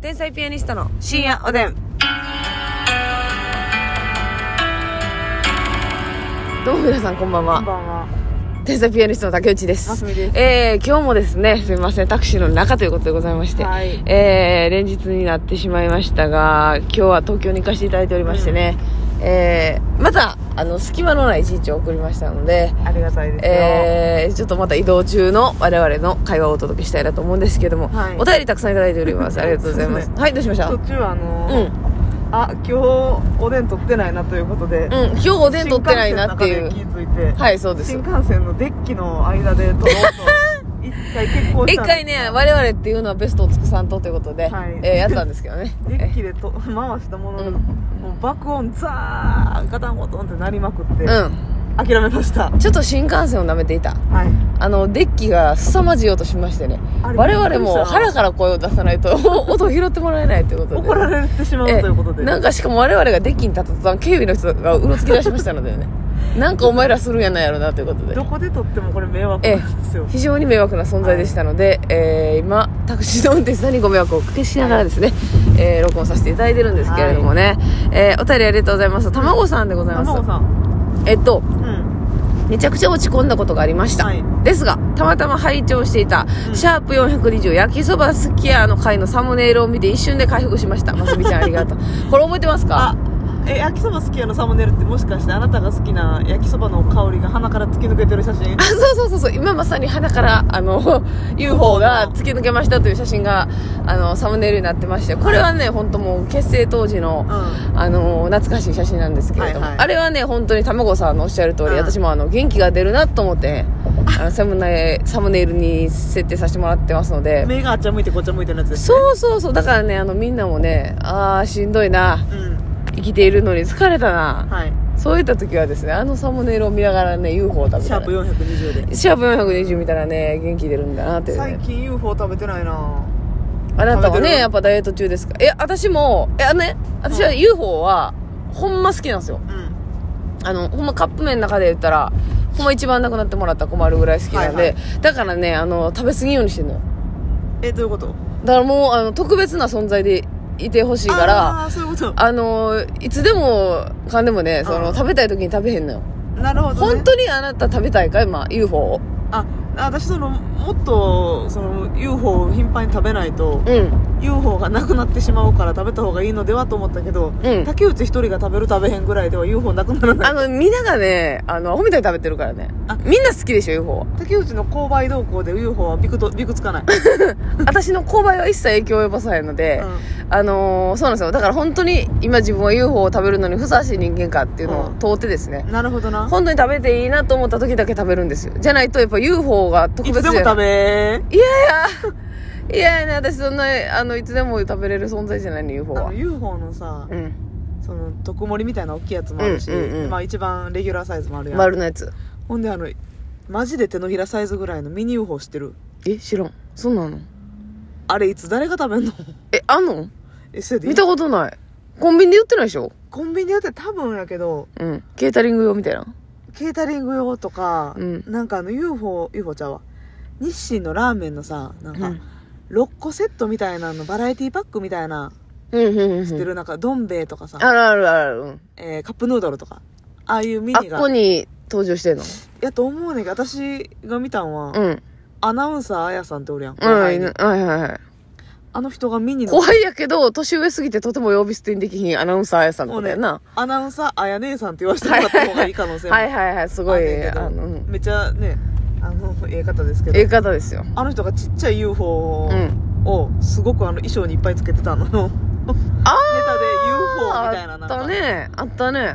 天才ピアニストの深夜おでん。どうも皆さんこんばんこんは。ばんは。天才ピアニストの竹内です。ますみですえー、今日もですね、すみません、タクシーの中ということでございまして、はいえー、連日になってしまいましたが、今日は東京に行かせていただいておりましてね、えー、また、あの、隙間のない一日を送りましたので、ありがたいですよ。えー、ちょっとまた移動中の我々の会話をお届けしたいなと思うんですけども、はいお便りたくさんいただいております。ありがとうございまそ す。うではい、どうしましたう途ん。中あのうー、ん、あ今日おでん取ってないなということで、今日おでん取ってないなっていう新。幹線の中で気づいて、はい、そうです新。幹線のデッキの間で取ろうと一回結婚し一たんです回ね、我々っていうのはベストを尽くさんとということで、はいえーやったんですけどね。デッキでと回したものの、うんもう爆音ザーガタンゴトンって鳴りまくって、うん。諦めました。ちょっと新幹線を舐めていた。はい。あの、デッキが凄まじい音しましてね。あれ我々もびっくり腹したから声を出さないと、 音を拾ってもらえないということで。怒られてしまうということで。えなんかしかも我々がデッキに立った途端、警備の人がうろつき出しましたのでね。なんかお前らするんやないやろなということでど。こで撮ってもこれ迷惑なんですよ。非常に迷惑な存在でしたので、えー今、タクシーの運転手さんにご迷惑をおかけしながらですね、えー録音させていただいてるんですけれどもね、えーお便りありがとうございます。卵さんでございま卵す。さん。えっと、うん。めちゃくちゃ落ち込んだことがありました。はいですが、たまたま拝聴していた、うんシャープ420焼きそばすき家の回のサムネイルを見て一瞬で回復しました。ますみちゃんありがとう。これ覚えてますかあえ焼きそば好きやのサムネイルってもしかしてあなたが好きな焼きそばの香りが鼻から突き抜けてる写真あそうそうそうそう今まさに鼻からあの UFO が突き抜けましたという写真があのサムネイルになってましてこれはね本当もう結成当時の、うあの懐かしい写真なんですけれども、はいはいあれはね本当に卵さんのおっしゃる通り、うん私もあの元気が出るなと思ってあのサムネサムネイルに設定させてもらってますのでん目があっちゃ向いてこっちゃ向いてるやつですねそうそうそうだからねあのみんなもねああしんどいなうん生きているのに疲れたなはいそういった時はですねあのサムネイルを見ながらね UFO を食べシたャらープ420でシャープ420見たらね、元気出るんだなって、最ね。近 UFO 食べてないなあなたは食べてね、るやっぱダイエット中ですか。え、私も、え、あのね、私は UFO は、ほんま好きなんですよ。うんあの、ほんまカップ麺の中で言ったら、ほんま一番なくなってもらったら困るぐらい好きなんで、はいはいだからね、あの、食べ過ぎんようにしてんのよ。えどういうことだからもう、あの、特別な存在でいてほしいから、あああーそういうことの、いつでも、かんでもね、その、うん食べたい時に食べへんのよ。なるほど、ね、本当にあなた食べたいかいまあ、UFO を。あ私そのもっとその UFO を頻繁に食べないとうん。 UFO がなくなってしまうから食べた方がいいのではと思ったけど、うん竹内一人が食べる食べへんぐらいでは UFO なくならないあの、みんながね、あの、アホみたいに食べてるからねあ。みんな好きでしょ、UFO は。竹内の購買動向で UFO はビクとビクつかない、私の購買は一切影響を及ぼさないので、あのーそうなんですよだから本当に今自分は UFO を食べるのにふさわしい人間かっていうのうんを通ってですね、うんなるほどな本当に食べていいなと思った時だけ食べるんですよじゃないとやっぱ UFO が特いつ別でもじゃ食なべいいやいやいやいやね私そんなあのいつでも食べれる存在じゃないの UFO あのは UFO のさうんその特盛りみたいな大きいやつもあるし、うんうんうんまあ、一番レギュラーサイズもあるやん、丸のやつほんであのマジで手のひらサイズぐらいのミニ UFO 知ってるえ知らんそんなのあれいつ誰が食べんの えあんのえそうやで見たことないコンビニで売ってないでしょコンビニで売って多分やけどうんケータリング用みたいなケータリング用とか、うんなんかあの UFO UFO ちゃうわ日清のラーメンのさなんうかん6個セットみたいなのバラエティパックみたいなうんうんうん知ってるなんかどん兵衛とかさ、あるあるあるうんえーカップヌードルとかああいうミあっニがこに登場してんのやと思うねんけど私が見たんは、うんアナウンサーあやさんっておるやん、うん、後は輩いにはいはあの人がミニい。の怖いやけど、年上すぎてとても呼び捨てにできひんアナウンサーあやさんのことやな。アナウンサーあや姉さんって言わせてもらった方がいい可能性もはいはいはい、すごあんい、ねんけどあの、うんめっちゃねあのええ方ですけどええ方ですよ。あの人がちっちゃい UFO うん。をすごくあの衣装にいっぱいつけて たのよあネタで UFO みたいなああなんったか、ね。あったね。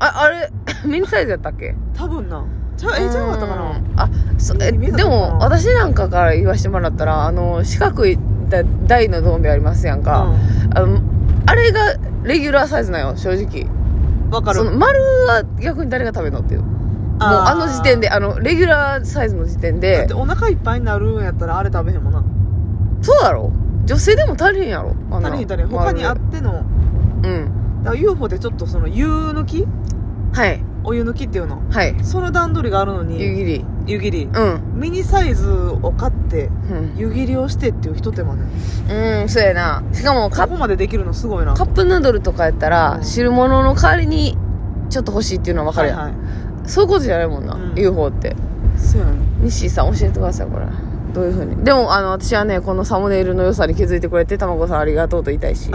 あ、あれ、 ミニサイズやったっけ多分なちゃうえちゃうかったかなうんあ、そえ、見えたでかなも、私なんかから言わしてもらったら、あの、四角いだ台のドンベありますやんか。あの、あれがレギュラーサイズなんよ、正直。うんわかるその丸は逆に誰が食べんのっていう。もうあの時点で、あの、レギュラーサイズの時点だでって。お腹いっぱいになるんやったらあれ食べへんもんなそうだろ女性でも足りへんやろあんな足りへん足りへん他にあってのうんだから UFO でちょっとその U 抜きはいお湯抜きっていうのはいその段取りがあるの湯に切り湯切りうんミニサイズを買ってうん、湯切りをしてっていう一手間ねうん、そうやなしかもカッここまでできるのすごいなカップヌードルとかやったら、うん汁物の代わりにちょっと欲しいっていうのは分かるやん、はいはそういうことじゃないもんな、うん UFO っていそうやね西井さん教えてくださいこれどういうふうにでもあの私はねこのサムネイルの良さに気づいてくれて卵さんありがとうと言いたいし、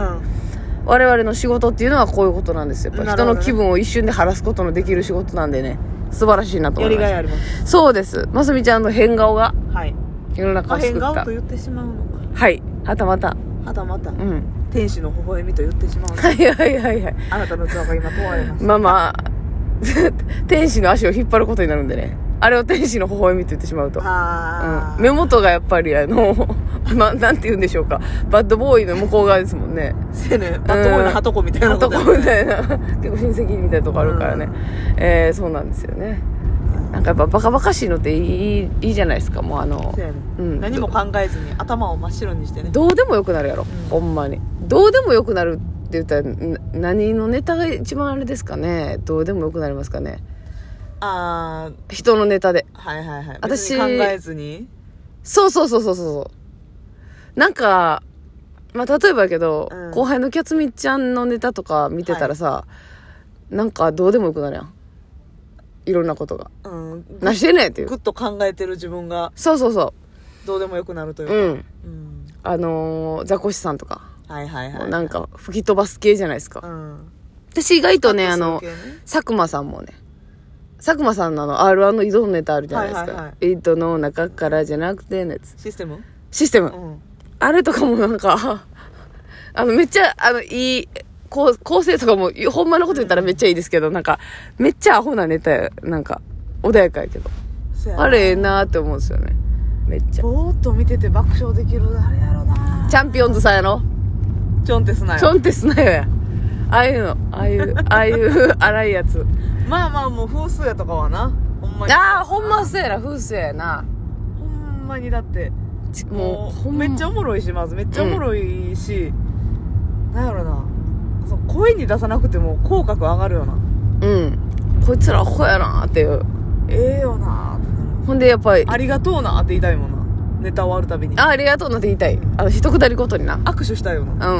我々の仕事っていうのはこういうことなんですよやっぱなる人ほどのね気分を一瞬で晴らすことのできる仕事なんでね素晴らしいなうとん思やりいまがしいたありますそうですまさみちゃんの変顔がはい世の中可を救変っ顔たと言ってしまうのかはいはたまたはたまたうん天使の微笑みと言ってしまう のかはいはいはいはいあなたの器が今問われますまあまあ 天使の足を引っ張ることになるんでねあれを天使の微笑みと言ってしまうとあうあん、目元がやっぱりあの、 ま、なんて言うんでしょうかバッドボーイの向こう側ですもんねせやねバットボーイのハトコみたいなあこととやこねみたいな結構親戚みたいなとこあるからね、うえーそうなんですよねなんかやっぱバカバカしいのっていいいいじゃないですかもうあのせやねうん何も考えずに頭を真っ白にしてねどうでもよくなるやろ、んほんまにどうでもよくなるって言ったらな何のネタが一番あれですかねどうでもよくなりますかねああ人のネタではいはいはい私別に考えずにそうそうそうそうそうそう。なんか、まあ、例えばやけど、うん後輩のキャツミちゃんのネタとか見てたらさ、なんかどうでもよくなるやん。いろんなことが。うんぐなしてんねんっていうぐ。っと考えてる自分がそうそうそどうでもよくなるというう。かうん。うんあのー、ザコシさんとか、はいはいもはういなんか吹き飛ばす系じゃないですうか。ん私意外とね、あそうの系ね、佐久間さんもね、佐久間さんのあの R1 の井戸のネタあるじゃないですはいはいかは。井戸、の中からじゃなくてのやつ。システムシステム。うんあれとかもなんか、 あの、めっちゃ、あの、いい、構構成とかも、ほんまのこと言ったらめっちゃいいですけど、なんか、めっちゃアホなネタや、なんか、穏やかやけど。せやなあれ、ええなーって思うんですよね。めっちゃ。ぼーっと見てて爆笑できるあれやろなチャンピオンズさんやろちょんってすなチョよンテスナヨや。ああいうの、ああいう、ああいう、荒いや つ。まあまあもう風水やとかはなほんまにああ、ほんまそうやな、風船やな。ほんまにだってちももう、うほんまめっちゃおもろいしまずめっちゃおもろいし、なんやろなそう声に出さなくても口角上がるよなうん。こいつらアホやなーっていう。ええよなってなるほんで、やっぱり、ありがとうなって言いたいもんなネタ終わるたびにあありがとうなって言いたい。あの、一くだりごとにな。握手したいよなうん。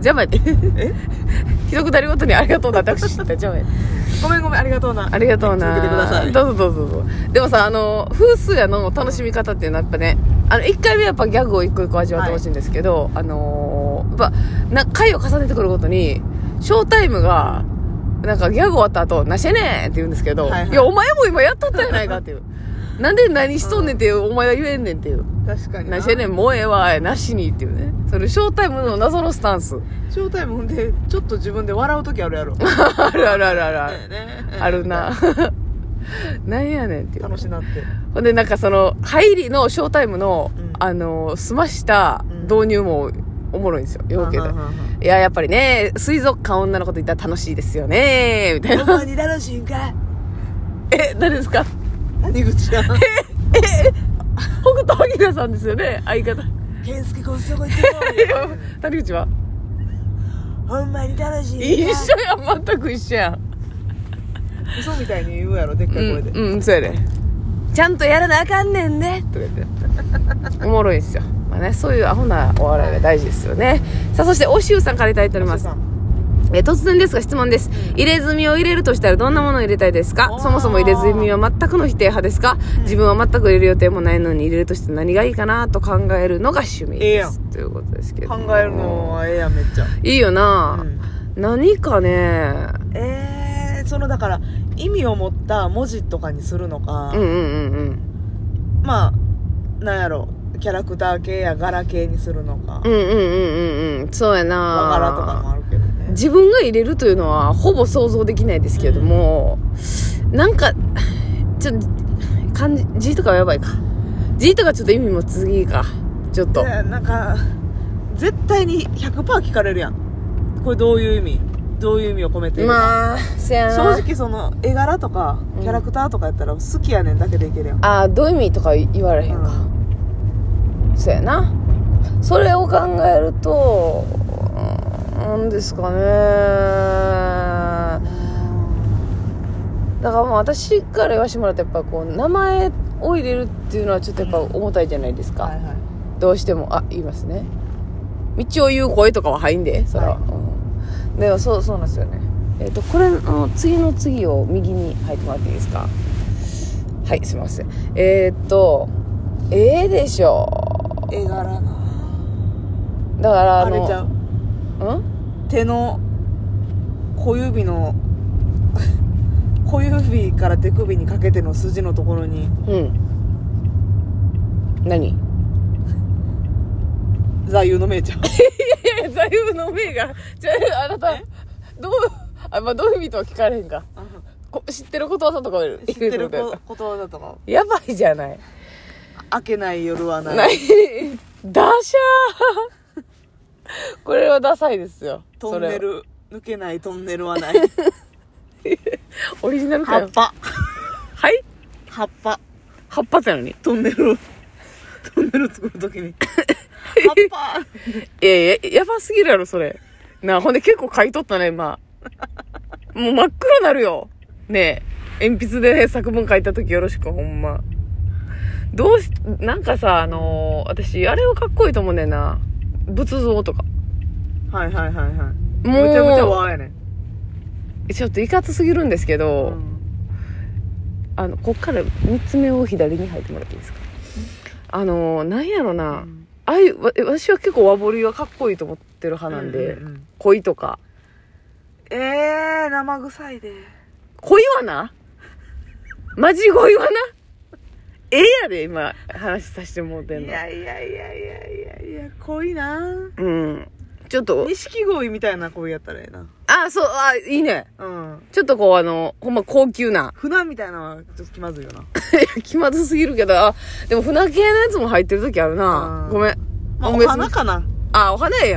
邪魔やで。 えひどくなりごとにありがとうなって握手してた邪魔やで。ごめんごめんありがとうなありがとうな。続けてくださいどうぞどうぞどうぞ。でもさ、あの、風数やの楽しみ方っていうのはやっぱね、あの、1回目やっぱギャグを一個一個味わってほしいんですけど、あのー、やっぱ、な、回を重ねてくるごとに、ショータイムが、なんかギャグ終わった後、なしてねーって言うんですけど、はいいはいや、お前も今やっとったやないか っていう。なんで何しとんねんっていう、お前が言えんねんっていう。確かになしてねん、もうええわ、なしにっていうね。それ、ショータイムの謎のスタンス。ショータイムほんでちょっと自分で笑う時あるやろねあるあるあるあ るある。えねえあるな。 なんやねんっていう。楽しなってほんで、なんかその、入りのショータイムの、うんあの、済ましたうん導入もおもろいんですよ。ようけどはんはんはんはんいや、やっぱりね、水族館女の子と言ったら楽しいですよねみたいな。ほんまに楽しいんかい え、誰ですか谷口やん北斗晶さんですよね、相方。健介君すごいってこいや 谷口はほんまに楽し一一緒緒やん、全く一緒やん。嘘みたいに言うやろでっかうい声んで、、うん、そうやね。ちゃんとやらなあかんねんね。とか言って。おもろいんすよ。まあね、そういうアホなお笑いが大事ですよね。さあ、そして、おしゅうさんからいただいております。えー突然ですが質問です。入れ墨を入れるとしたらどんなものを入れたいですおかーそもそも入れ墨は全くの否定派ですか、自分は全く入れる予定もないのに入れるとして何がいいかなと考えるのが趣味えでえやす。んということですけど考も。えるのはええやんめっちゃ、いいよな、うん何かね、えー、そのだから意味を持った文字とかにするのか、うんうんうんうん。まあなんやろキャラクター系や柄系にするのかうんうんうんうんうん。そうやな和柄とかもあるけどね自分が入れるというのはほぼ想像できないですけども、なんかちょっと漢字字とかはやばいか字とかちょっと意味も次かちょっと、ねなんか絶対に100%聞かれるやんこれどういう意味どういう意味を込めてるかまあせやな正直その絵柄とかうんキャラクターとかやったら好きやねんだけでいけるやん、ああどういう意味とか言われへんか、そやなそれを考えるとうーんなんですかねだからもう私から言わせてもらってやっぱこう名前を入れるっていうのはちょっとやっぱ重たいじゃないですか、はいはいどうしてもあ言いますね道を言う声とかは入んでそれは、はうん、でもそうそうなんですよねえっ、とこれの次の次を右に入ってもらっていいですかはいすいませんえっ、とええでしょ絵柄がだからああのれちゃううん手の小指の 小指から手首にかけての筋のところにうん何い座右の銘ちゃんやいや座右の銘がじゃああなたどうあ、まあ、どういう意味とは聞かれへんかこ知ってることわざとか言う知ってる言うこの言葉だとかやばいじゃない開けない夜はないない。ダシャーこれはダサいですよ。トンネそれは。ル抜けないトンネルはないオリジナル葉かっよ。ぱはい葉っぱ葉っぱじゃのに。トンネルをトンネル作るときに葉っいやいや、やばすぎるやろ、それ。なあ、ほんで結構買い取ったね、 今。もう真っ黒なるよ。ねえ。鉛筆で、ね、作文書いた時よろしく、ほんま。どうし、なんかさ、あのー私、あれはかっこいいと思うねんな。仏像とか。ぱはいはいはいはいもうむちゃむちゃ和やねんちょっといかつすぎるんですけど、うんあのこっから3つ目を左に入ってもらっていいですかあのなんやろな、ああいうわ私は結構和彫りはかっこいいと思ってる派なんで、うううん恋とかえー生臭いで恋はなマジ恋はなええやで今話させてもうてんいのやいやいやいやいやいや濃いなうんちょっと錦鯉みたいな恋やったらええなあそうあいいねうんちょっとこうあのほんま高級な 船みたいなのはちょっと気まずいよな気まずすぎるけどあでも船系のやつも入ってる時あるなうんごめんまあおお別に花かなあお花ややん